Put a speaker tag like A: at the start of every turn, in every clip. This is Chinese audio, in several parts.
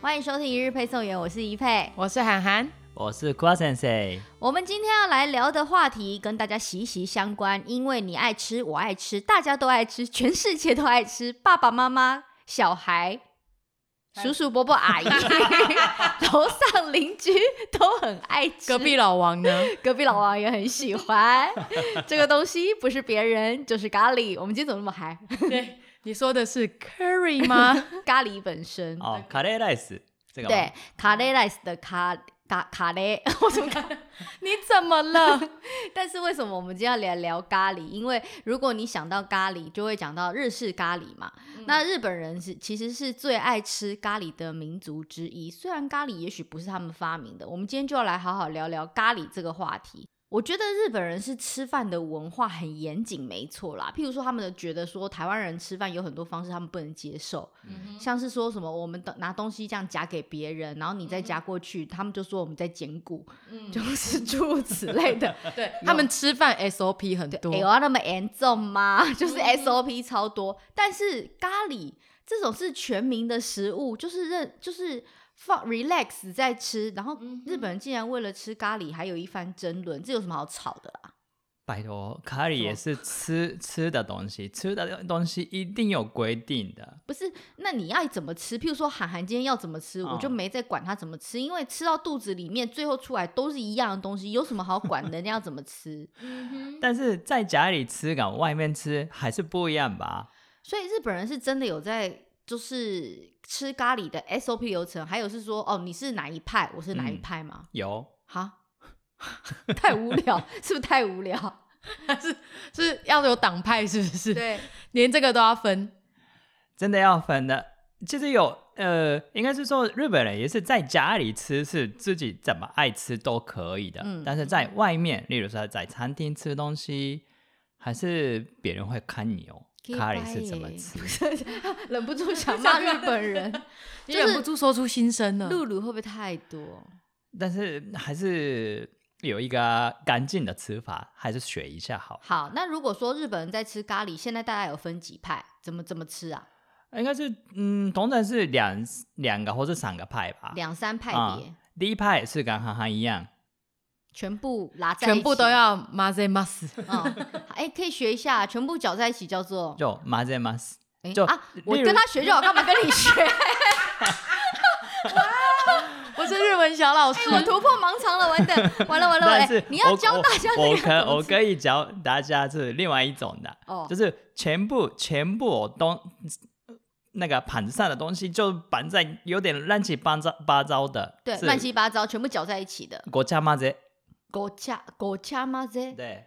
A: 欢迎收听一日配送员，我是一佩。
B: 我是涵涵，
C: 我是 Qua Sensei，
A: 我们今天要来聊的话题跟大家息息相关，因为你爱吃，我爱吃，大家都爱吃，全世界都爱吃，爸爸妈妈、小孩、叔叔伯伯、 阿姨、楼上邻居都很爱吃，
B: 隔壁老王呢？
A: 隔壁老王也很喜欢这个东西，不是别人就是咖喱。我们今天怎么那么嗨？
B: 对，你说的是 curry 吗？
A: 咖喱本身，
C: 哦，卡雷 rice 这个吗
A: 嗯对，卡雷 rice 的咖咖卡雷， 我怎么咖？
B: 你怎么 了？
A: 但是为什么我们今天要聊聊咖喱？因为如果你想到咖喱，就会讲到日式咖喱嘛。
C: 嗯
A: 那日本人是其实是最爱吃咖喱的民族之一，虽然咖喱也许不是他们发明的。我们今天就要来好好聊聊咖喱这个话题。我觉得日本人是吃饭的文化很严谨，没错啦。譬如说，他们的觉得说台湾人吃饭有很多方式他们不能接受，像是说什么我们的拿东西这样夹给别人，然后你再夹过去，他们就说我们在捡骨，
B: 嗯
A: 就是诸如此类的。
B: 对他们吃饭 SOP 很多
A: 有，要那么严重吗？ 就是 SOP 超多，但是咖喱这种是全民的食物，就是认就是放 relax 在吃，然后日本人竟然为了吃咖喱还有一番争论，这有什么好吵的啦？
C: 拜托，咖喱也是吃吃的东西，吃的东西一定有规定的。
A: 不是，那你要怎么吃？譬如说，韩寒今天要怎么吃，
B: 嗯
A: 我就
C: 哦
A: 没再管他怎么吃，因为吃到肚子里面，最后出来都是一样的东西，有什么好管人家要怎么吃？ 嗯
C: 但是在家里吃跟外面吃还是不一样吧？
A: 所以日本人是真的有在就是吃咖喱的 SOP 流程，还有是说，哦，你是哪一派，我是哪一
C: 嗯
A: 派吗？
C: 有，
A: 哈， 太无聊， 是不是太无聊？
B: 是是要有党派是不是？，
A: 对，
B: 连这个都要分。
C: 真的要分的。其实有，呃，应该是说日本人也是在家里吃，是自己怎么爱吃都可以的。
A: 嗯
C: 但是在外面，例如说在餐厅吃东西，还是别人会看你哦，咖喱是怎么吃。
A: 忍不住想骂日本 人，
B: 你
A: 就是
B: 忍不住说出心声了，
A: 露露会不会太多？
C: 但是还是有一个啊干净的吃法，还是学一下好。
A: 好，那如果说日本人在吃咖喱，现在大家有分几派，怎么怎么吃啊？
C: 应该是，嗯，通常是两两个或者三个派吧。
A: 两三派别、
C: 嗯第一派是跟韩寒一样，
A: 全部拉在一起，
B: 全部都。要 m a z e m a s
A: 嗯，哎、可以学一下，全部搅在一起叫做，
C: 就混 ぜます。
A: 哎
C: 就
A: 啊，我
C: 例如
A: 跟他学就好，干嘛跟你学？ 哎
B: 我是日文小老师
A: 哎、，我突破盲肠了，完 蛋，完了完了，
C: 但
A: 完
C: 是
A: 了！你要
C: 我
A: 教大家
C: 我
A: 那
C: 我
A: 个怎
C: 可
A: 么
C: 我
A: 吃
C: 可以教大家是另外一种的，
A: 哦
C: 就是全部全部我东那个盘子上的东西就绑在有点乱七八糟八糟的，
A: 对
C: 是
A: 乱七八糟，全部搅在一起的。
C: ごちゃ混ぜ。
A: 狗掐狗掐吗？这
C: 对，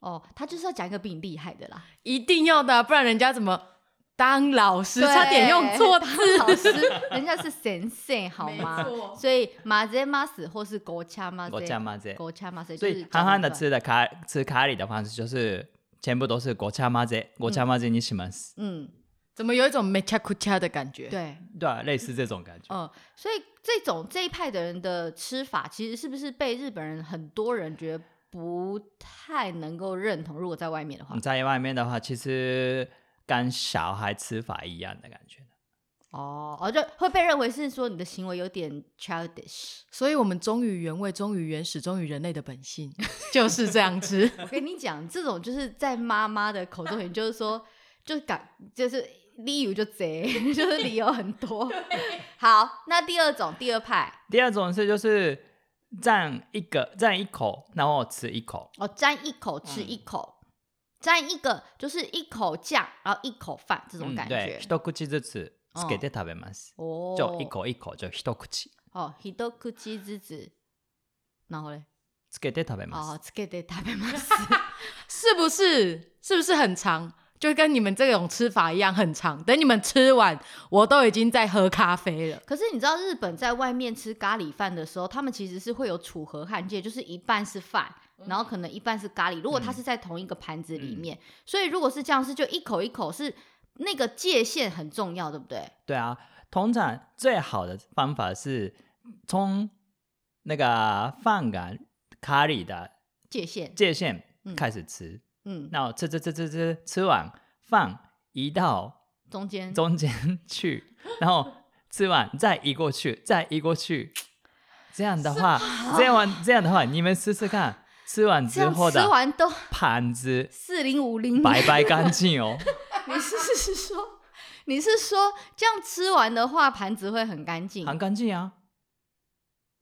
A: 哦，他就是要讲一个比你厉害的啦。
B: 一定要的，不然人家怎么当老师？
A: 对
B: 差点用 错
A: 当
B: 字，
A: 老师，人家是神圣好吗
B: 没？错
A: 所以马贼马死或是狗掐吗？
C: ごちゃ混ぜ。
A: 狗掐吗？
C: 所
A: 就
C: 以
A: 是
C: 韩寒的
A: 搅拌饭，
C: 吃的咖吃咖喱的方式就是全部都是ごちゃ混ぜ，ごちゃ混ぜにします。
A: 嗯，
B: 怎么有一种 m e c h a k u c h a 的感觉？
A: 对，
C: 对啊、类似这种感觉。
A: 嗯，所以这种这一派的人的吃法，其实是不是被日本人很多人觉得不太能够认同？如果在外面的话
C: 你，在外面的话，其实跟小孩吃法一样的感觉。
A: 哦哦，就会被认为是说你的行为有点 childish。
B: 所以我们忠于原味，忠于原始，忠于人类的本性，就是这样吃。
A: 我跟你讲，这种就是在妈妈的口中，也就是说，就感就是理由就贼， 就是理由很多。好，那第二种，第二派
C: 第二种是就是蘸一个蘸一口，然后吃一口。
A: 哦，沾一口吃
C: 嗯
A: 一口，沾一个就是一口酱，然后一口饭这种
C: 嗯
A: 感
C: 对
A: 觉，。
C: 一口ずつ
A: 哦
C: つけて食べます。
A: 哦，
C: 就一口一口就一口
A: 哦，一口之子，然后嘞，
C: つけて食べます。
A: 哦，つけて食べます。
B: 是不是？是不是很长？就跟你们这种吃法一样，很长。等你们吃完，我都已经在喝咖啡了。
A: 可是你知道日本在外面吃咖喱饭的时候，他们其实是会有楚河汉界，就是一半是饭，
C: 嗯
A: 然后可能一半是咖喱。如果它是在同一个盘子里面，所以如果是这样，是就一口一口是那个界限很重要，对不对？
C: 对啊，通常最好的方法是从那个饭跟咖喱的
A: 界限，
C: 界限
A: 嗯
C: 开始吃，
A: 嗯，
C: 那、吃吃吃吃吃吃完饭移到
A: 中间
C: 中间去，然后 吃完再移过去，再移过去。这样的话，这样这样的话，你们试试看，吃完
A: 啊这
C: 之
A: 样
C: 后
A: 吃
C: 的
A: 完都嗯
C: 盘子
A: 四零五零。
C: 白白干净哦。
A: 你是是说，你是说这样吃完的话，盘子会很干净？
C: 很干净啊。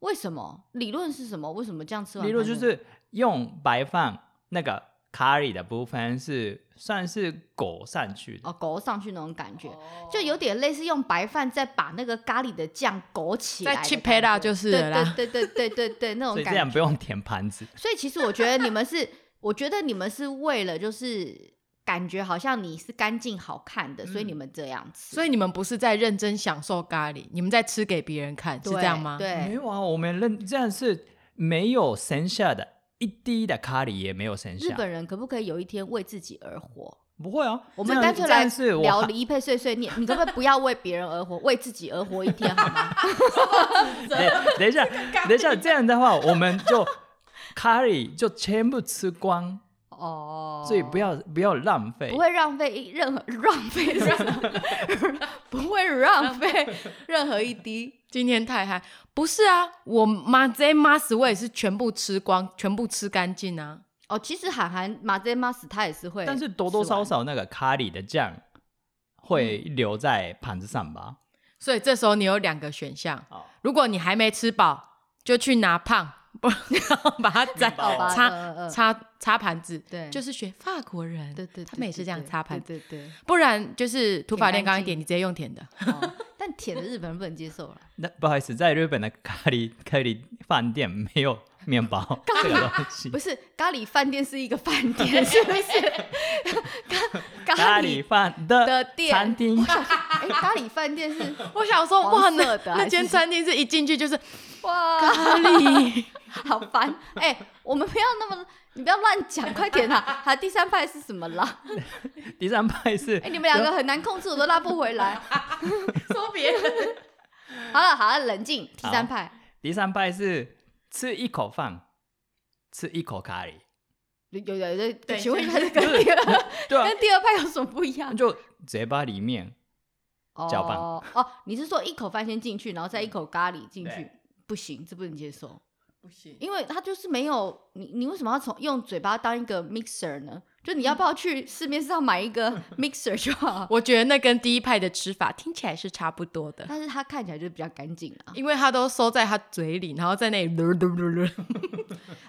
A: 为什么？理论是什么？为什么这样吃完
C: 例
A: 啊盘子？
C: 如就是用白饭那个咖喱的部分是算是裹上去的，
A: 哦，勾上去那种感觉，
B: 哦
A: 就有点类似用白饭再把那个咖喱的酱勾起来
B: 在
A: 的感觉。
B: 去 p e a 就是了啦。
A: 对对对对对对对，那
C: 所
A: 种
C: 以这
A: 感
C: 样
A: 觉。
C: 不用填盘子。
A: 所以其实我觉得你们是，我觉得你们是为了就是感觉好像你是干净好看的，所以你们这样吃。
B: 嗯所以你们不是在认真享受咖喱，你们在吃给别人看，是
A: 对
B: 这样吗？，
C: 没
A: 对，
C: 有啊，我们认这样是没有剩下的，一滴的咖喱也没有剩
A: 日
C: 下。
A: 本人可不可以有一天为自己而活？
C: 不会啊，
A: 我们
C: 这样
A: 干脆
C: 这
A: 来
C: 样是我
A: 聊
C: 还
A: 离配碎碎念，你可不可以不要为别人而活，为自己而活一天好 吗？
C: 等等一下，等一下，这样的话我们就咖喱就全部吃光，
A: 哦，
C: 所以不要不要浪费
A: 不。会浪费任何浪费任何， 不会浪费任何一滴。
B: 今天太嗨，不是啊，我妈这妈死我也是全部吃光，全部吃干净啊。
A: 哦，其实韩寒马泽马斯他也是会吃完，
C: 但是多多少少那个咖喱的酱会留在盘子上吧？
B: 所以这时候你有两个选项，
A: 嗯
C: 好
B: 如果你还没吃饱，就去拿胖， 不把它哦沾
C: 好吧
A: 嗯
B: 擦
A: 嗯
B: 擦擦盘子，
A: 对
B: 就是学法国人，
A: 对对，对
B: 他们也是这样
A: 对
B: 擦盘子。
A: 对对
B: 不然就是土法炼钢
A: 舔干净
B: 一点，你直接用甜的。
A: 对。哦但舔的日本人不能接受了，
C: 那不好意思，在日本的咖喱咖喱饭店没有面包这个东西
A: 不。是咖喱饭店是一个饭店，是不是？咖
C: 咖喱
A: 喱
C: 饭的
A: 的店
C: 餐厅，
A: 哎，咖喱饭店是
B: 我想说，哇，
A: 黄色
B: 那
A: 的还
B: 那
A: 是
B: 间餐厅是一进去就是
A: 哇，
B: 咖喱，
A: 好烦！哎、我们不要那么，你不要乱讲，快点啦！好，第三派是什么啦？
C: 第三派是
A: 哎、你们两个很难控制，我都拉不回来。
B: 说别人
A: 好了好了，冷静。第三派，
C: 第三派是吃一口饭，吃一口 咖喱，
A: 有有有有，
B: 对
A: 请问一下，这
C: 不
A: 跟
C: 是
A: 第二
C: 对 啊，
A: 跟第二派有什么不一样？
C: 就嘴巴里面 搅拌
A: 哦哦，你是说一口饭先进去，然后再一口咖喱进去
C: 对？
A: 不行，这不能接受，
B: 不行，
A: 因为它就是没有你，你为什么要从用嘴巴当一个 mixer 呢？就你要不要去市面上买一个 mixer 就好？
B: 我觉得那跟第一派的吃法听起来是差不多的，
A: 但是它看起来就比较干净啊。
B: 因为他都收在他嘴里，然后在那里噜噜噜噜。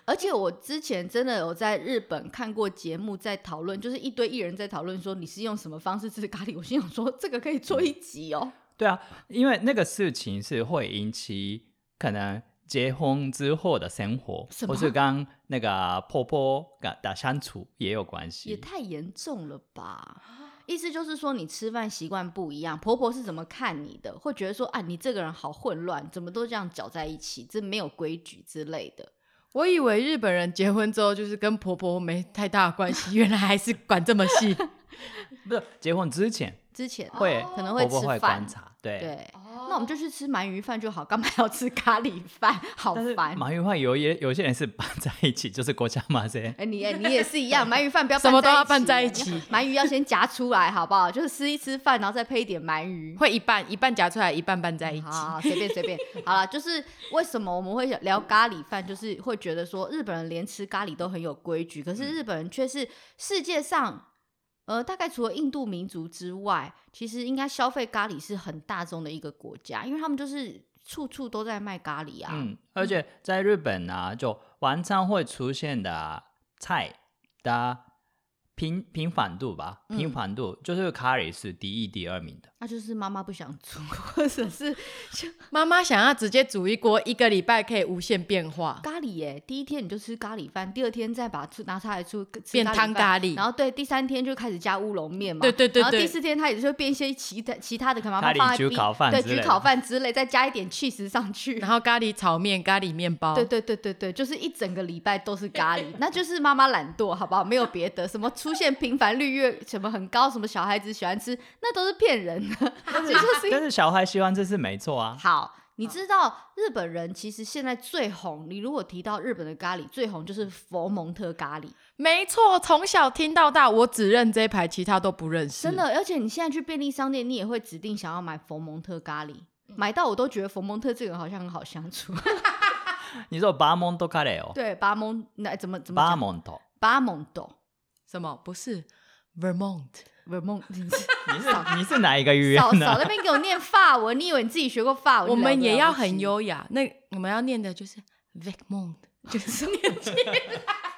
A: 而且我之前真的有在日本看过节目，在讨论，就是一堆艺人在讨论说你是用什么方式吃咖喱。我 心想说，这个可以做一集哦。
C: 对啊，因为那个事情是会引起可能结婚之后的生活
A: 什，么
C: 或是跟那个婆婆的的相处也有关
A: 也
C: 系。
A: 太严重了吧？意思就是说，你吃饭习惯不一样，婆婆是怎么看你的？会觉得说，啊，你这个人好混乱，怎么都这样搅在一起，这没有规矩之类的。
B: 我以为日本人结婚之后就是跟婆婆没太大的关系，原来还是管这么细。
C: 不是结婚之前
A: 之前啊
C: 会、
A: 可能
C: 婆
A: 会
C: 婆
A: 吃
C: 会
A: 饭
C: 观，察，对。
A: 对，
B: 哦
A: 那我们就去吃鳗鱼饭就好，干嘛要吃咖喱饭？好
C: 但是
A: 烦。哦
C: 马云话有也有些人是 绑在一起，就是国家马噻。
A: 哎、你哎你也是一样，鳗鱼饭不要
B: 什么都要
A: 拌
B: 拌
A: 在
B: 在
A: 一
B: 一
A: 起
B: 起，
A: 鳗鱼要先夹出来，好不好？ 就是吃一吃饭，然后再配一点鳗鱼。
B: 会一半一半夹出来，一半拌在一起
A: 好。 好，好随便随便。好了，就是为什么我们会聊咖喱饭，就是会觉得说日本人连吃咖喱都很有规矩，可是日本人却是世界上，呃，大概除了印度民族之外，其实应该消费咖喱是很大众的一个国家，因为他们就是处处都在卖咖喱啊。
C: 嗯，而且在日本呢、就晚餐会出现的菜的频频繁度吧，
A: 嗯
C: 频繁度、就是咖喱是第一、第二名的。
A: 那就是妈妈不想煮， 或者是
B: 妈妈想要直接煮一锅，一个礼拜可以无限变化。
A: 咖喱耶、第一天你就吃咖喱饭，第二天再把出拿出来出吃
B: 变
A: 喱饭
B: 汤咖喱
A: 然后对，第三天就开始加乌龙面嘛，
B: 对对对
A: 然后第
B: 对
A: 四天它也就变一些其他其他的，可能
C: 咖
A: 把它
C: 喱
A: 放在
C: 焗
A: 冰
C: 烤饭
A: 对
C: 之类
A: 焗
C: 的
A: 烤饭之类，再加一点 cheese 上去。
B: 然后咖喱炒面、咖喱面包，
A: 对对对对对，就是一整个礼拜都是咖 喱，那就是妈妈懒惰，好不好？没有别的，什么出现频繁率越什么很高，什么小孩子喜欢吃，那都是骗人的， 这就是一
C: 但是小孩喜欢这是没错啊，
A: 好，你知道日本人其实现在最红，你如果提到日本的咖喱，最红就是佛蒙特咖喱，
B: 没错。从小听到大，我只认这一排，其他都不认识。
A: 真的。而且你现在去便利商店，你也会指定想要买佛蒙特咖喱。买到我都觉得佛蒙特这个人好像很好相处。
C: 你说巴蒙多卡雷哦，
A: 对，巴蒙那怎么怎么
C: 巴
A: 讲
C: 蒙多，
A: 巴蒙豆
B: 什么？不是 Vermont，
A: 不是蒙，
C: 你是你是哪一个语言啊
A: 少
C: 呢、
A: 少在那边给我念法文，你以为你自己学过法文？
B: 我们也要很
A: 优。
B: 优雅。那我们要念的就是 Vermont，就是念起来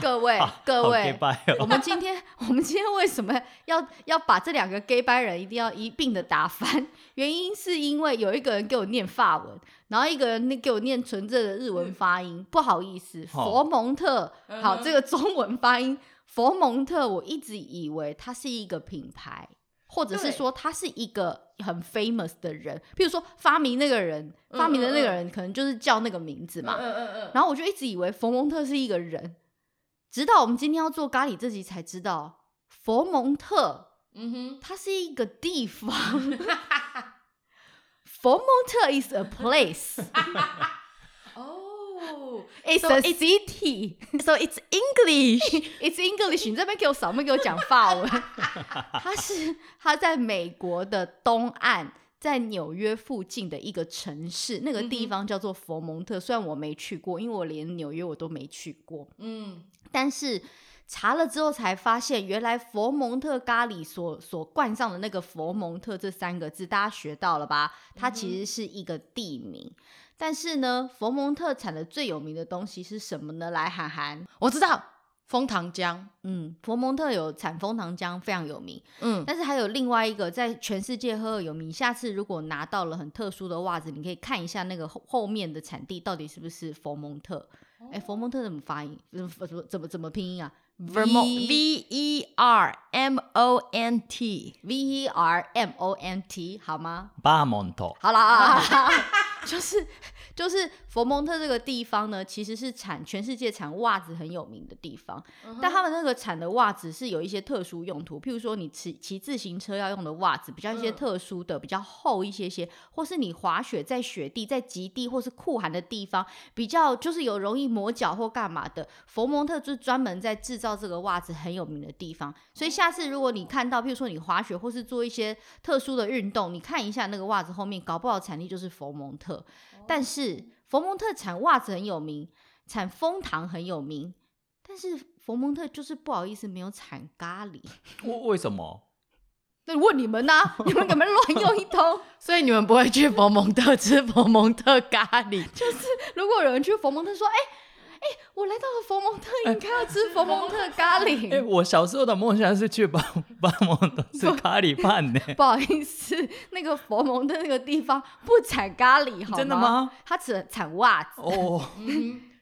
A: 各 位，
C: 啊
A: 各位，
C: 拜
A: 我
C: 哦，
A: 们今天，我们今天为什么要要把这两个 gay 班人一定要一并的打翻？ 原因是因为有一个人给我念法文，然后一个人给我念纯正的日文发音，不好意思，佛
C: 哦
A: 蒙特，好，
B: 嗯哼
A: 这个中文发音佛蒙特，我一直以为它是一个品牌，或者是
B: 对
A: 说他是一个很 famous 的人，譬如说发明那个人，发明的那个人可能就是叫那个名字嘛，
B: 嗯嗯嗯，
A: 然后我就一直以为佛蒙特是一个人，直到我们今天要做咖喱这集才知道，佛蒙特
B: 嗯哼，
A: 它是一个地方。 佛蒙特 is a place,
B: 哦
A: it's a city,
B: ，So it's English，
A: it's English。你这边给我扫，那边给我讲法文。它是它在美国的东岸，在纽约附近的一个城市，那个地
B: 嗯哼
A: 方叫做佛蒙特。虽然我没去过，因为我连纽约我都没去过。
B: 嗯，
A: 但是查了之后才发现，原来佛蒙特咖喱所所冠上的那个佛蒙特这三个字，大家学到了吧？它其实是一个地名。但是呢，佛蒙特产的最有名的东西是什么呢？来，涵涵，
B: 我知道枫糖浆，
A: 嗯，佛蒙特有产枫糖浆，非常有名。
B: 嗯，
A: 但是还有另外一个，在全世界赫赫有名。下次如果拿到了很特殊的袜子，你可以看一下那个后后面的产地到底是不是佛蒙特。哎、佛蒙特怎么发音？怎么怎么怎么怎么拼音啊
B: Vermont V E R M O N T，
A: V E R M O N T 好吗？
C: 巴蒙多，
A: 好啦啊， 好啦就是就是佛蒙特这个地方呢，其实是产全世界产袜子很有名的地方，但他们那个产的袜子是有一些特殊用途，譬如说你骑骑自行车要用的袜子，比较一些
B: 嗯
A: 特殊的，比较厚一些些，或是你滑雪在雪地、在极地或是酷寒的地方，比较就是有容易磨脚或干嘛的。佛蒙特就是专门在制造这个袜子很有名的地方，所以下次如果你看到，譬如说你滑雪或是做一些特殊的运动，你看一下那个袜子后面，搞不好产地就是佛蒙特。但是佛蒙特产袜子很有名，产枫糖很有名，但是佛蒙特就是不好意思没有产咖喱。
C: 为为什么？
A: 那问你们 呐、你们怎么乱用一通？
B: 所以你们不会去佛蒙特吃佛蒙特咖 喱，
A: 如果有人去佛蒙特说，哎、哎、我来到了佛蒙特，应该要吃佛蒙特 咖喱。
C: 哎、我小时候的梦想是去巴巴蒙多吃咖喱饭呢、
A: 不好意思，那个佛蒙特那个地方不产咖 喱， 好
C: 真的？吗？
A: 它只产袜子。
C: 哦，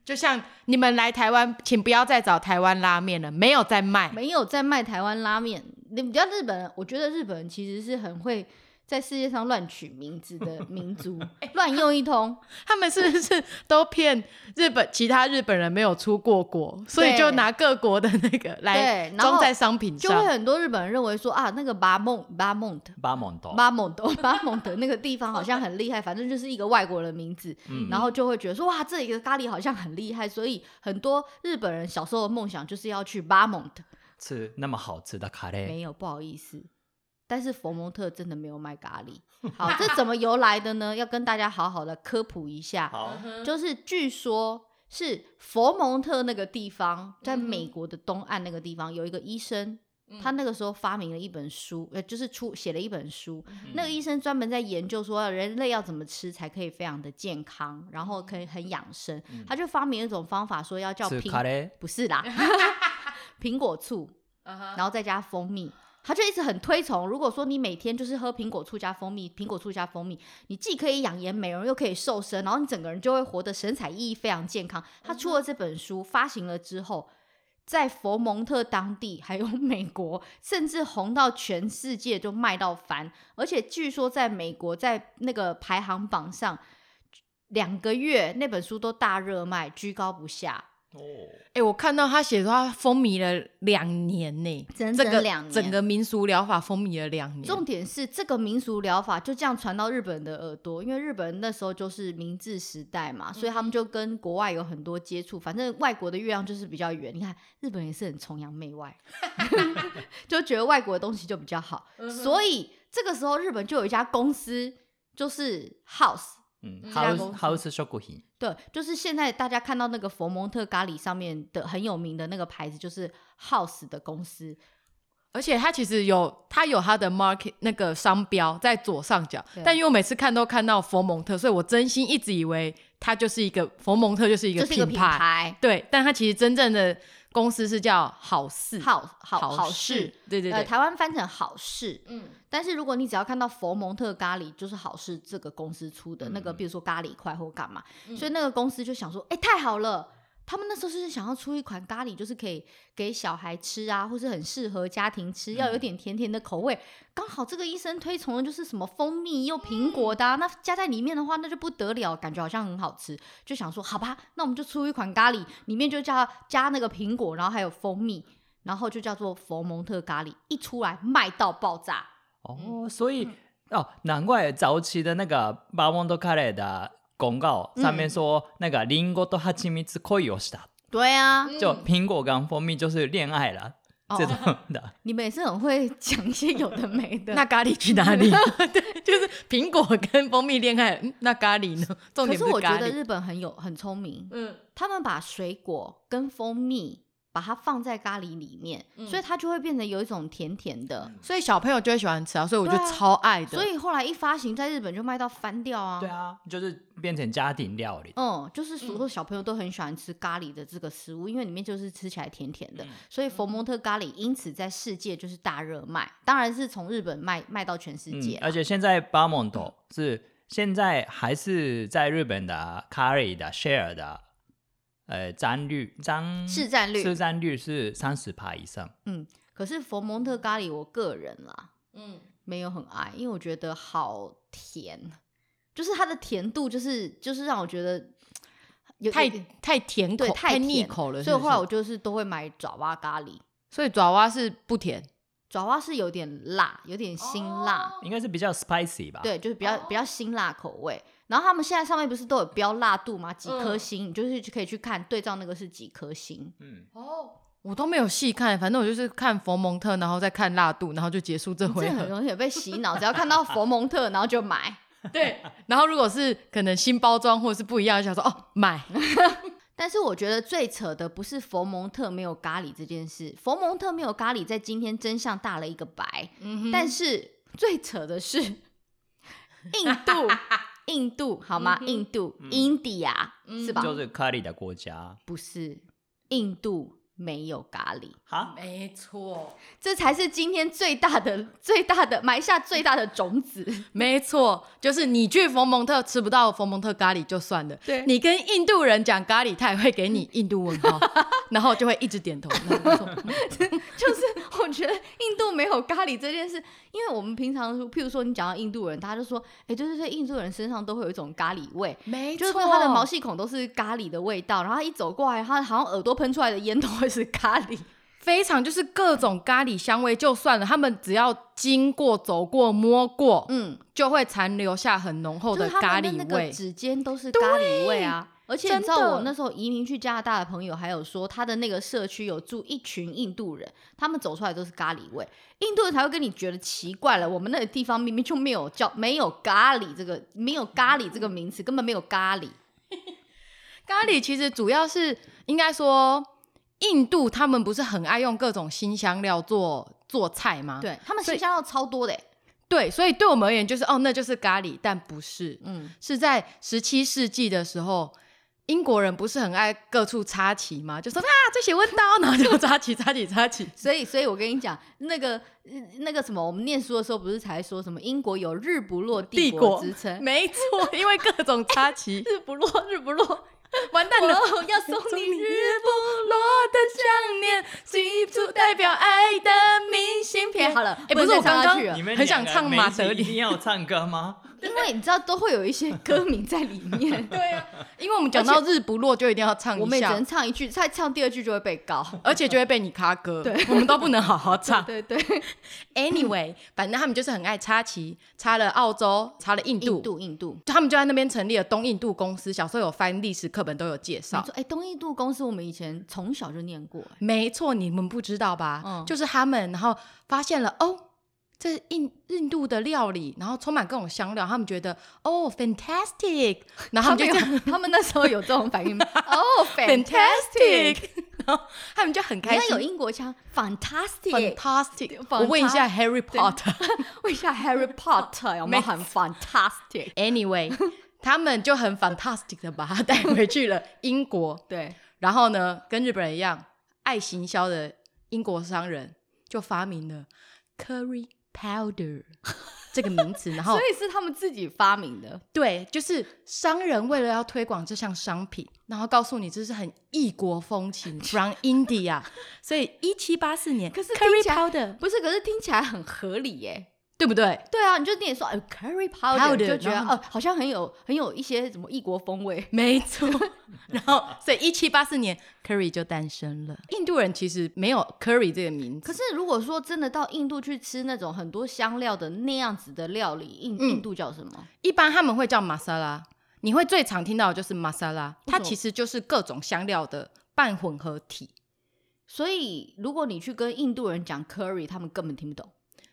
B: 就像你们来台湾，请不要再找台湾拉面了，没有在卖。
A: 没有在卖台湾拉面。你比较日本人，我觉得日本人其实是很会在世界上乱取名字的民族，乱用一通。
B: 他们是不是都骗日本其他日本人没有出过国，所以就拿各国的那个来
A: 对然后
B: 装在商品
A: 就会
B: 上？
A: 很多日本人认为说啊，那个巴梦巴梦的
C: 巴蒙多，
A: 巴蒙德巴蒙德那个地方好像很厉害，反正就是一个外国人名字，
C: 嗯
A: 然后就会觉得说哇，这里的咖喱好像很厉害，所以很多日本人小时候的梦想就是要去巴蒙德。
C: 吃那么好吃的咖喱，
A: 没有，不好意思。但是佛蒙特真的没有卖咖喱。好，这怎么由来的呢？要跟大家好好的科普一下。
C: 好，
B: 嗯
A: 就是据说是佛蒙特那个地方，在
C: 嗯
A: 美国的东岸那个地方有一个医生，他那个时候发明了一本书，呃，就是出写了一本书。
C: 嗯
A: 那个医生专门在研究说人类要怎么吃才可以非常的健康，然后可以很养生。他就发明一种方法，说要叫
C: 嗯吃
A: 苹
C: 咖喱，
A: 不是 啦，苹果醋，
B: 嗯
A: 然后再加蜂蜜。他就一直很推崇，如果说你每天就是喝苹果醋加蜂蜜，苹果醋加蜂蜜，你既可以养颜美容，又可以瘦身，然后你整个人就会活得神采奕奕，非常健康。他出了这本书，发行了之后，在佛蒙特当地，还有 美国，甚至红到全世界，就卖到翻。而且据说在美国，在那个排行榜上，两个月那本书都大热卖，居高不下。
C: 哦，
B: 哎、我看到他写说他风靡了两年呢、
A: 整
B: 这个
A: 整两年
B: 整个民俗疗法风靡了两年。
A: 重点是这个民俗疗法就这样传到日本人的耳朵，因为日本人那时候就是明治时代嘛，所以
B: 嗯
A: 他们就跟国外有很多接触。反正外国的月亮就是比较圆，你看日本人也是很崇洋媚 外，
B: 嗯
A: 就觉得外国的东西就比较好，所以这个时候日本就有一家公司。就是 house。
C: 嗯
B: 嗯
A: 这家公司
C: ，house house s h o k u h i
A: 对，就是现在大家看到那个佛蒙特咖喱上面的很有名的那个牌子，就是 House 的公司。
B: 而且它其实有它有它的 market 那个商标在左上角
A: 对，
B: 但因为我每次看都看到佛蒙特，所以我真心一直以为它就是一个佛蒙特就是一
A: 就
B: 个
A: 是一个
B: 品
A: 品牌，
B: 对，但它其实真正的公司是叫好事
A: 好好好
B: 事
A: 事，，
B: 对对
A: 呃，
B: 对，
A: 台湾翻成好事。
B: 嗯，
A: 但是如果你只要看到佛蒙特咖喱，就是好事这个公司出的那个，
C: 嗯
A: 比如说咖喱块或干嘛，
B: 嗯
A: 所以那个公司就想说，哎、太好了。他们那时候是想要出一款咖喱，就是可以给小孩吃啊，或是很适合家庭
B: 嗯
A: 吃，要有点甜甜的口味。刚好这个医生推崇的就是什么蜂蜜又苹果的、啊，
B: 嗯
A: 那加在里面的话，那就不得了，感觉好像很好吃。就想说，好吧，那我们就出一款咖喱，里面就加加那个苹果，然后还有蜂蜜，然后就叫做佛蒙特咖喱，一出来卖到爆炸。
C: 哦，
A: 嗯
C: 所以哦，难怪早期的那个巴蒙多卡雷的广告上面说，那个リンゴと蜂蜜恋をした，
A: 对啊，
C: 就苹果跟蜂蜜就是恋爱了。
A: 哦
C: 这种的，
A: 你们也是很会讲一些有的没 的。
B: 那咖喱去哪里？对，就是苹果跟蜂蜜恋爱，嗯那咖喱呢？重
A: 可
B: 点
A: 是
B: 不是
A: 我觉
B: 咖
A: 得嗯
B: 喱，
A: 日本很有很聪明，
B: 嗯，
A: 他们把水果跟蜂蜜把它放在咖喱里面，所以它就会变成有一种甜甜的。
B: 所以小朋友就会喜欢吃啊，所以我就
A: 对啊
B: 超爱的。
A: 所以后来一发行在日本就卖到翻掉啊。
C: 对啊，就是变成家庭料理。
A: 嗯，就是所有小朋友都很喜欢吃咖喱的这个食物，因为里面就是吃起来甜甜的，所以佛蒙特咖喱因此在世界就是大热卖，当然是从日本卖卖到全世界啊
C: 嗯。而且现在巴蒙
A: 嗯
C: 多是现在还是在日本的 carry 的 share 的，呃，占率
B: 嗯
C: 占
A: 市占率
C: 市占率是三十趴以上。
A: 可是佛蒙特咖喱，我个人啦
B: 嗯，
A: 没有很爱，因为我觉得好甜，就是它的甜度，就是就是让我觉得有
B: 太
A: 有点
B: 太甜
A: 对
B: 口，
A: 太甜
B: 腻口了。
A: 所以
B: 是不
A: 后来
B: 是
A: 我就是都会买爪哇咖喱，
B: 所以爪哇是不甜，
A: 爪哇是有点辣，有点辛辣，
B: 哦
C: 应该是比较 spicy 吧？，
A: 对，就是比较、比较辛辣口味。然后他们现在上面不是都有标辣度吗？几
B: 嗯
A: 颗星，你就是可以去看对照那个是几颗星。
C: 嗯，
B: 哦，我都没有细看，反正我就是看佛蒙特，然后再看辣度，然后就结束这
A: 这
B: 回
A: 很
B: 合。
A: 容易被洗脑，只要看到佛蒙特，然后就买。
B: 对，然后如果是可能新包装或者是不一样，想说哦买，
A: 但是我觉得最扯的不是佛蒙特没有咖喱这件事，佛蒙特没有咖喱在今天真相大了一个白。
B: 嗯
A: 但是最扯的是印度，印度好吗？印度、India 是吧？
C: 嗯就是 carry 的国家。
A: 不是，印度没有咖喱，
C: 好，
B: 没错，
A: 这才是今天最大的、最大的埋下最大的种子。
B: 没错，就是你去佛蒙特吃不到佛蒙特咖喱就算了，
A: 对
B: 你跟印度人讲咖喱，他也会给你印度 问号，然后就会一直点头，然后就说嗯
A: 就是我觉得印度没有咖喱这件事，因为我们平常譬如说你讲到印度人，大家就说，哎、对对对，印度人身上都会有一种咖喱味，
B: 没
A: 就是
B: 错，
A: 说他的毛细孔都是咖喱的味道，然后他一走过来，他好像耳朵喷出来的烟都会是咖喱。
B: 非常就是各种咖喱香味就算了，他们只要经过、走过、摸过，
A: 嗯，
B: 就会残留下很浓厚
A: 就是他
B: 咖
A: 们的那
B: 喱
A: 个
B: 味。
A: 指尖都是咖喱味啊。而且你知道，
B: 真的
A: 我那时候移民去加拿大的朋友还有说，他的那个社区有住一群印度人，他们走出来都是咖喱味，印度人才会跟你觉得奇怪了。我们那个地方明明就没有叫没有咖喱这个没有咖喱这个名词，根本没有咖喱。
B: 咖喱其实主要是应该说，印度他们不是很爱用各种新香料做做菜吗？
A: 对他们
B: 所以
A: 新香料超多的欸、
B: 对，所以对我们而言就是哦，那就是咖喱，但不是，
A: 嗯，
B: 是在十七世纪的时候。英国人不是很爱各处插旗吗？就说啊，这些问到，然后就插旗、插旗、插旗。
A: 所以，所以我跟你讲，那个呃那个什么，我们念书的时候不是才说什么英国有日不落帝
B: 帝国
A: 之称？
B: 没错，因为各种插 旗，
A: 日不落，日不落，
B: 完蛋了！
A: 我要送
B: 送
A: 你
B: 你
A: 日。
B: 日不落的想念，寄出代表爱的明信 片。
A: 好了
B: 哎、不
A: 我
B: 是
A: 也
B: 我刚
A: 唱下
B: 刚
A: 去了你
B: 很想唱马德
C: 一定
B: 里，
C: 要唱 歌吗？
A: 因为你知道都会有一些歌名在 里面，
B: 对啊，因为我们讲到日不落就一定要唱
A: 我们
B: 一
A: 也只
B: 下
A: 能，唱一句，再唱第二句就会被告。
B: 而且就会被你卡歌，对，我们都不能好好 唱。
A: 对对，
B: Anyway，反正他们就是很爱插旗，插了澳洲，插了印度，
A: 印度印度。
B: 就他们就在那边成立了东印度公司。小时候有翻历史课本都有介
A: 没
B: 绍。
A: 错，哎，东印度公司我们以前从小就念过，哎
B: 没错，你们不知道吧？
A: 嗯
B: 就是他们，然后发现了哦，这是印印度的料理，然后充满各种香料，他们觉得哦 fantastic，然 后他们就这样
A: 有，他们那时候有这种反应 吗？哦
B: fantastic，然后他们就很
A: 你
B: 开
A: 要有
B: 心。
A: 英国腔，fantastic。
B: Fantastic，
A: Fantas-
B: 我问一下 Harry Potter。
A: 问一下 Harry Potter 有没有很 fantastic？
B: Anyway，他们就很 fantastic 的把它带回去了英国。
A: 对，
B: 然后呢，跟日本人一样，爱行销的英国商人就发明了 curry powder 这个名词。然后
A: 所以是他们自己发明的。
B: 对，就是商人为了要推广这项商品，然后告诉你这是很异国 风情，from India。所以一七八四年，
A: 可是听
B: curry
A: 起来
B: powder
A: 不是，可是听起来很合理耶。
B: 对不对？
A: 对啊，你就念说呃 curry powder，
B: Powder，
A: 就觉得
B: 然后
A: 哦、好像很有很有一些什么异国风味。
B: 没 错，然后所以一七八四年，curry 就诞生了。印度人其实没有 curry 这个名字，
A: 可是如果说真的到印度去吃那种很多香料的那样子的料理，印、
B: 嗯
A: 印度叫什么？
B: 一般他们会叫玛莎拉，你会最常听到的就是玛莎拉，
A: 为什么
B: 它其实就是各种香料的半混合体。
A: 所以如果你去跟印度人讲
B: 啊
A: curry，他们根本听不懂。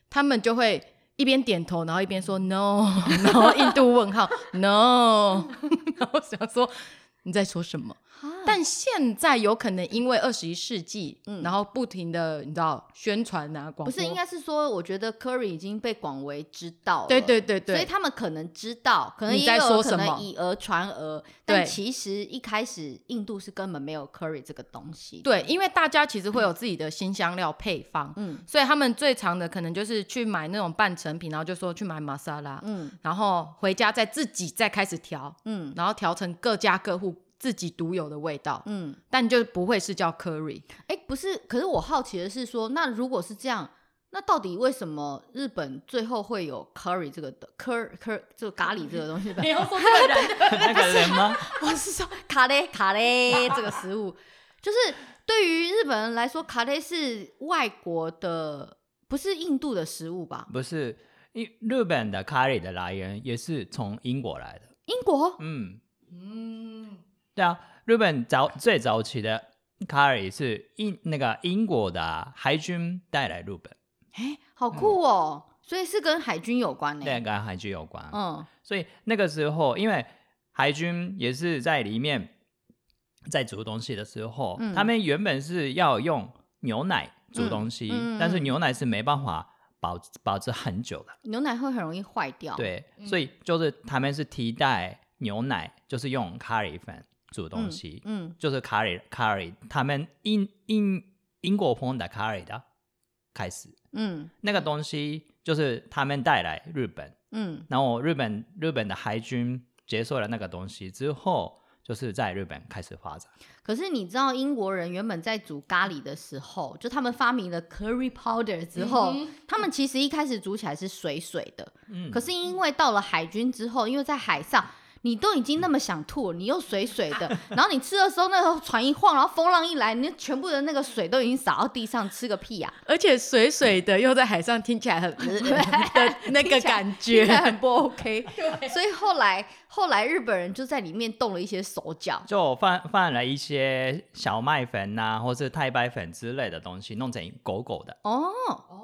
B: 他们就会一边点头，然后一边说 no，然后印度问号 no，然后想说你在说什么？但现在有可能因为二十一世纪，
A: 嗯
B: 然后不停的你知道宣传啊，广播
A: 不是，应该是说，我觉得 curry 已经被广为知道了。
B: 对对对对，
A: 所以他们可能知道，可能
B: 你
A: 也
B: 在
A: 有
B: 说
A: 可
B: 什
A: 能
B: 么
A: 以讹传讹，但
B: 对
A: 其实一开始印度是根本没有 curry 这个东西。，
B: 对，因为大家其实会有自己的新香料配方，
A: 嗯
B: 所以他们最常的可能就是去买那种半成品，然后就说去买玛莎拉，
A: 嗯
B: 然后回家再自己再开始调，
A: 嗯
B: 然后调成各家各户自己独有的味道，
A: 嗯，
B: 但就不会是叫 curry。
A: 哎、不是，可是我好奇的是说，那如果是这样，那到底为什么日本最后会有 curry 这个的 cur cur 这个咖喱这个东西？
B: 你要 说这个人，
C: 那个人吗？
A: 我是说卡雷卡 雷这个食物，就是对于日本人来说，卡雷是外国的，不是印度的食物吧？
C: 不是，因日本的咖喱的来源也是从英国来的。
A: 英
B: 哦
A: 国
C: 嗯，
B: 嗯，
C: 对啊，日本早最早期的咖喱是英那个英国的海军带来日本，
A: 哎好
B: 嗯
A: 酷哦、所以是跟海军有关呢、
C: 对，跟海军有关。
A: 嗯，
C: 所以那个时候，因为海军也是在里面在煮东西的时候，
A: 嗯
C: 他们原本是要用牛奶煮东西，
A: 嗯嗯嗯
C: 但是牛奶是没办法保保持很久的，
A: 牛奶会很容易坏掉。，
C: 对，所
A: 嗯
C: 以就是他们是替代牛奶，就是用咖喱粉煮东西，
A: 嗯，
C: 就是咖喱咖喱，他们英英英国风的咖喱的开始，
A: 嗯
C: 那个东西就是他们带来日本。
A: 嗯
C: 然后日本日本的海军接受了那个东西之后，就是在日本开始发展。
A: 可是你知道英国人原本在煮咖喱的时候，就他们发明了 curry powder 之后，
B: 嗯哼
A: 他们其实一开始煮起来是水水的，
C: 嗯
A: 可是因为到了海军之后，因为在海上。你都已经那么想吐，你又水水的， 然后你吃的时候，那个船一晃，然后风浪一来，你全部的那个水都已经洒到地上，吃个屁 呀、
B: 而且水水的又在海上，听起来很 的那个感
A: 听起来
B: 觉。
A: 很不 OK。所以后来后来日本人就在里面动了一些手脚，
C: 就放放了一些小麦粉呐、或是太白粉之类的东西，弄成狗狗的。
A: 哦，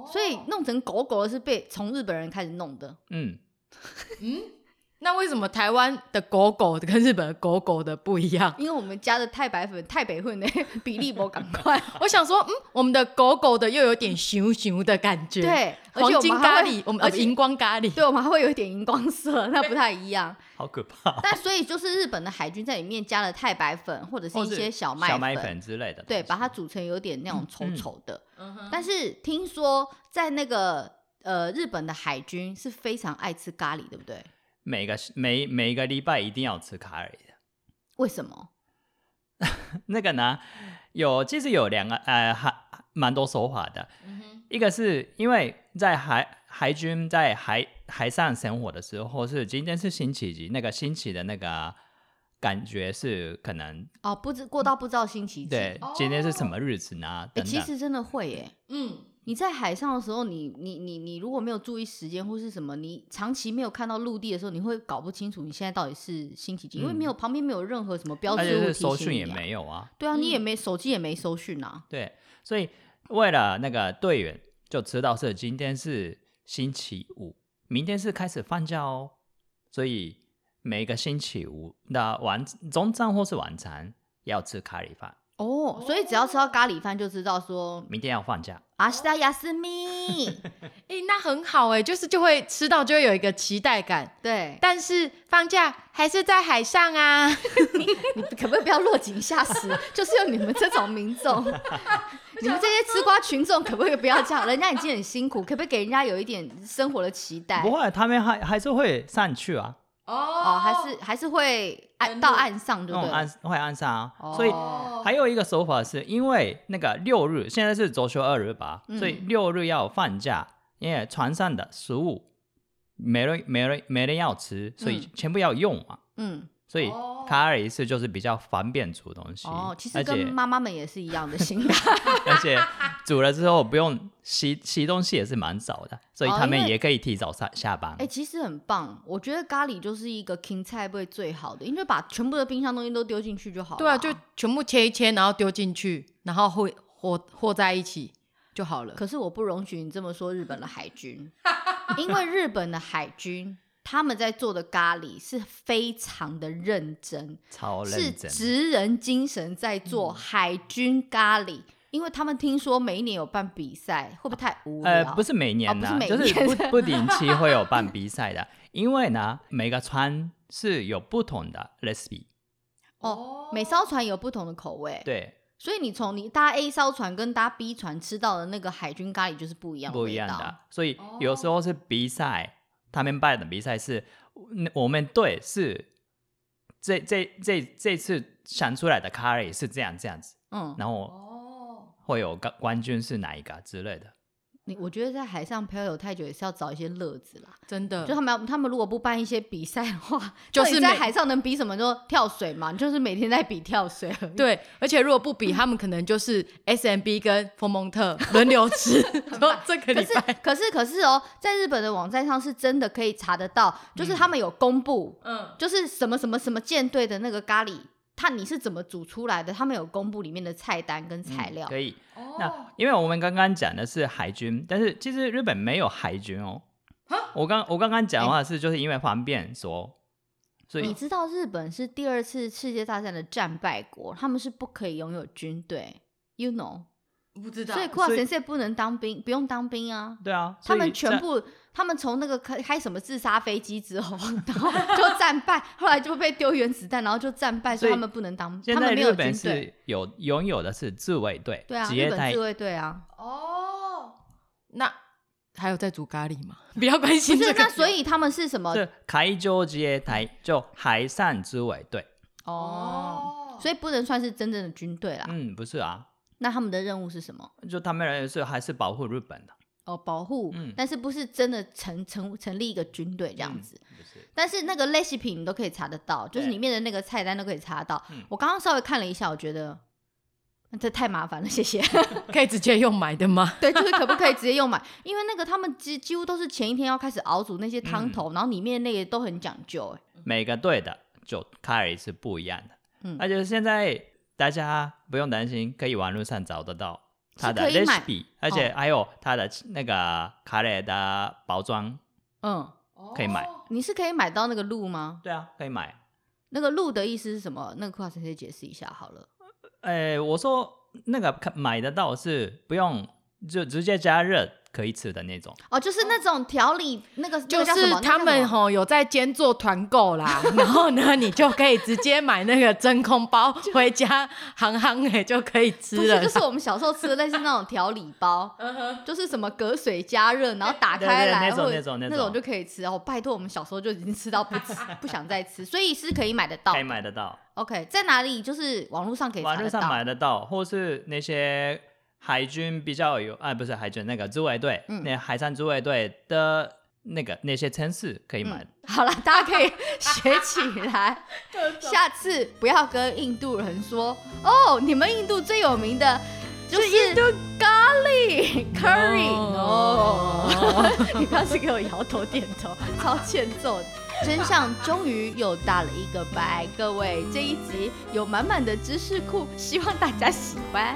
A: 所以弄成狗狗的是被从日本人开始弄的，
C: 嗯，
B: 那为什么台湾的狗狗跟日本的狗狗的不一 样？
A: 因为我们加的太白粉、太北混的 比例不赶快。
B: 我想说，嗯，我们的狗狗的又有点熊熊的感觉。，
A: 对，而
B: 黄
A: 且我
B: 金
A: 们
B: 咖
A: 还会
B: 喱，我们
A: 而
B: 呃
A: 且
B: 荧光咖喱。
A: 对我们还会有一点荧光色，那不太一样。
C: 好可怕。
A: 但所以就是日本的海军在里面加了太白粉或者是
C: 或
A: 一
C: 哦是
A: 些小
C: 麦
A: 麦
C: 粉之类的东西，
A: 对，把它煮成有点那种稠
C: 嗯
A: 稠的。
B: 嗯哼
A: 但是听说在那个呃日本的海军是非常爱吃咖喱，对不对？
C: 每个每每一个礼拜一定要吃咖喱的。
A: 为什么？
C: 那个呢，有其实有两个呃，还蛮多手法的。
B: 嗯哼
C: 一个是因为在海海军在海海上生活的时候，是今天是星期几，那个星期的那个感觉是可能
A: 哦，不知过到不知道星期几。
C: 对
B: 哦，
C: 今天是什么日子呢？
A: 哎、
C: 等等，
A: 其实真的会耶、
B: 嗯，
A: 你在海上的时候，你你你你如果没有注意时间或是什么，你长期没有看到陆地的时候，你会搞不清楚你现在到底是星期几，因为没有旁边没有任何什么标
C: 嗯而
A: 志
C: 且
A: 物提
C: 是
A: 醒你、啊、
C: 搜讯也没有啊，
A: 对啊，你也
B: 嗯
A: 没、手机也没搜讯啊。
C: 对，所以为了那个队员就知道是今天是星期五，明天是开始放假哦，所以每个星期五那晚中餐或是晚餐要吃咖喱饭，
A: 哦，所以只要吃到咖喱饭就知道说
C: 明天要放假。
A: 阿西达亚斯 密，
B: 哎、那很好哎、就是就会吃到就会有一个期待感。
A: 对，
B: 但是放假还是在海上啊，
A: 你可不可以不要落井下石？ 就是有你们这种民 众，你们这些吃瓜群众，可不可以不要这样？人家已经很辛苦，可不可以给人家有一点生活的期待
C: 不？会，他们还还是会上去啊，
A: 哦，还是还是会按
B: 登
A: 到
B: 陆
A: 岸上，对
C: 那
A: 不
C: 种
A: 对
C: 按？会按上啊，所以
A: 哦
C: 还有一个手法是因为那个六日现在是周休二日吧，
A: 嗯
C: 所以六日要放假，因为船上的食物没人没人没人要吃，所以全部要用嘛，
A: 嗯，
C: 所以卡尔一次就是比较方便煮东西，
A: 哦，其实
C: 而
A: 跟
C: 且
A: 妈妈们也是一样的心态，
C: 而且煮了之后不用洗洗东西也是蛮早的，所以
A: 哦
C: 他
A: 因
C: 们
A: 为
C: 也可以提早下下班。
A: 哎，其实很棒。我觉得咖喱就是一个 king 菜味最好的，因为把全部的冰箱东西都丢进去就好了。
B: 对啊，就全部切一切，然后丢进去，然后和和和在一起就好了。
A: 可是我不容许你这么说日本的海 军，因为日本的海军他们在做的咖喱是非常的认真，
C: 超
A: 是
C: 哦认真，嗯
A: 职人精神在做海军咖喱，因为他们听说每一年有办比赛，会不会太无聊？
C: 呃，不是每
A: 哦
C: 年
A: 不
C: 呢、
A: 是每
C: 就是
A: 年
C: 不不定期会有 办比赛的，因为呢，每个船是有不同的 recipe，
A: 哦，每艘船有不同的口味，
C: 对，
A: 所以你从你搭 A 艘船跟搭 B 船吃到的那个海军咖喱就是不一样的
C: 不
A: 味
C: 一样
A: 道。
B: 啊
C: 的，所以有时候是比赛，他们办的比赛是，嗯我们队是这这这这次想出来的 curry 是这样这样子，
A: 嗯，
C: 然后
B: 哦，
C: 会有冠冠军是哪一个之类的。
A: 你我觉得在海上漂流太久也是要找一些乐子啦。
B: 真的
A: 就他们要，他们如果不办一些比赛的话，
B: 嗯 就
A: 到底
B: 是
A: 在
B: 每
A: 海上能比什么？就跳水嘛，就是每天在比跳水而已。
B: 对，而且如果不比，
A: 嗯
B: 他们可能就是 S M B 跟冯蒙特轮流 吃，说这个
A: 可
B: 礼
A: 是
B: 拜，
A: 可是可是哦，在日本的网站上是真的可以查得到，就是他们有公布，
B: 嗯，
A: 就是什么什么什么舰队的那个咖喱，它你是怎么煮出来的？他们有公布里面的菜单跟材
B: 嗯
A: 料。
C: 可嗯以。
B: 哦
A: 哦
C: 那因为我们刚刚讲的是海军，但是其实日本没有海军哦。我刚我刚刚讲的话是就是因为方便说，所
A: 你
C: 以
A: 知道日本是第二次世界大战的战败国，他们是不可以拥有军队，you know，
B: 不知
A: 所以库瓦
C: 所以
A: 神社不能当兵，不用当兵啊。
C: 对啊，
A: 他
C: 所
A: 们
C: 以
A: 全
C: 在
A: 部，他们从那个开开什么自杀飞机之后，然后就战败，后来就被丢原子弹，然后就战败，所
C: 所
A: 以
C: 以
A: 他们不能当，
C: 现
A: 他
C: 在
A: 们没有
C: 日
A: 军
C: 本
A: 队。
C: 是有拥有的是自卫队，
A: 对啊，
C: 职
A: 日
C: 业
A: 本
C: 队
A: 自。卫队啊，
B: 哦，那还有在煮咖喱吗？ 比较关
A: 不
B: 心
A: 是
B: 这个，
A: 那所以他们是什么？
C: 是海上自卫队，就海上自卫队。
A: 哦，所以不能算是真正的军队啦。
C: 嗯，不是啊，
A: 那他们的任务是什么？
C: 就他们人是还是保护日本的，
A: 哦，保护，
C: 嗯
A: 但是不是真的成成成立一个军队这样子？
C: 不是
A: 但是那个 recipe 你都可以查得到，就是
C: 对
A: 里面的那个菜单都可以查得到。
C: 嗯
A: 我刚刚稍微看了一下，我觉得那这太麻烦了，谢 谢。
B: 可以直接用买 的吗？
A: 对，就是可不可以直接用买？ 因为那个他们几几乎都是前一天要开始熬煮那些汤头，然后里面那个都很讲究、欸。
C: 每个队的就咖喱是不一样的。
A: 嗯
C: 而且现在大家不用担心，可以网络上找得到它的
A: 可以买哦
C: recipe，而且还有它的那个咖喱的包装
A: 嗯，
B: 哦
C: 可以买。
A: 你是可以买到那个鹿吗？
C: 对啊，可以买。
A: 那个鹿的意思是什么？那个库卡先生解释一下好了。
C: 呃，我说那个可买得到是不用就直接加热可以吃的那种。
A: 哦，就是那种调理那个，那
B: 就
A: 个叫什
B: 是
A: 么
B: 他们，吼有在兼做团购啦， 然后呢，你就可以直接买那个真空包回家，行行哎就可以
A: 那
B: 吃
A: 个叫什么 不
B: 了
A: 是，。就是我们小时候吃的类似那种调理包，
B: 嗯
A: 就是什么隔水加热，然后打开来，
C: 对对那种
A: 或者
C: 那种
A: 那
C: 那
A: 种
C: 种
A: 就可以吃哦。拜托，我们小时候就已经吃到不吃不想再吃， 所以是可以买得到的。
C: 可以买得到，
A: OK，在哪里？就是网络上可以查
C: 网
A: 得
C: 络
A: 到。
C: 上买得到，或是那些海军比较有，啊，不是海军那个自卫队，
A: 嗯
C: 那海上自卫队的那个那些城市可以买。
A: 好了，大家可以 学起 来，下次不要跟印度人说哦，你们印度最有名的就是印度咖喱 curry，
B: No
A: no 你刚是给我摇头点头，超欠揍的。真相终于又大了一个白，各位这一集有满满的知识库，希望大家喜欢。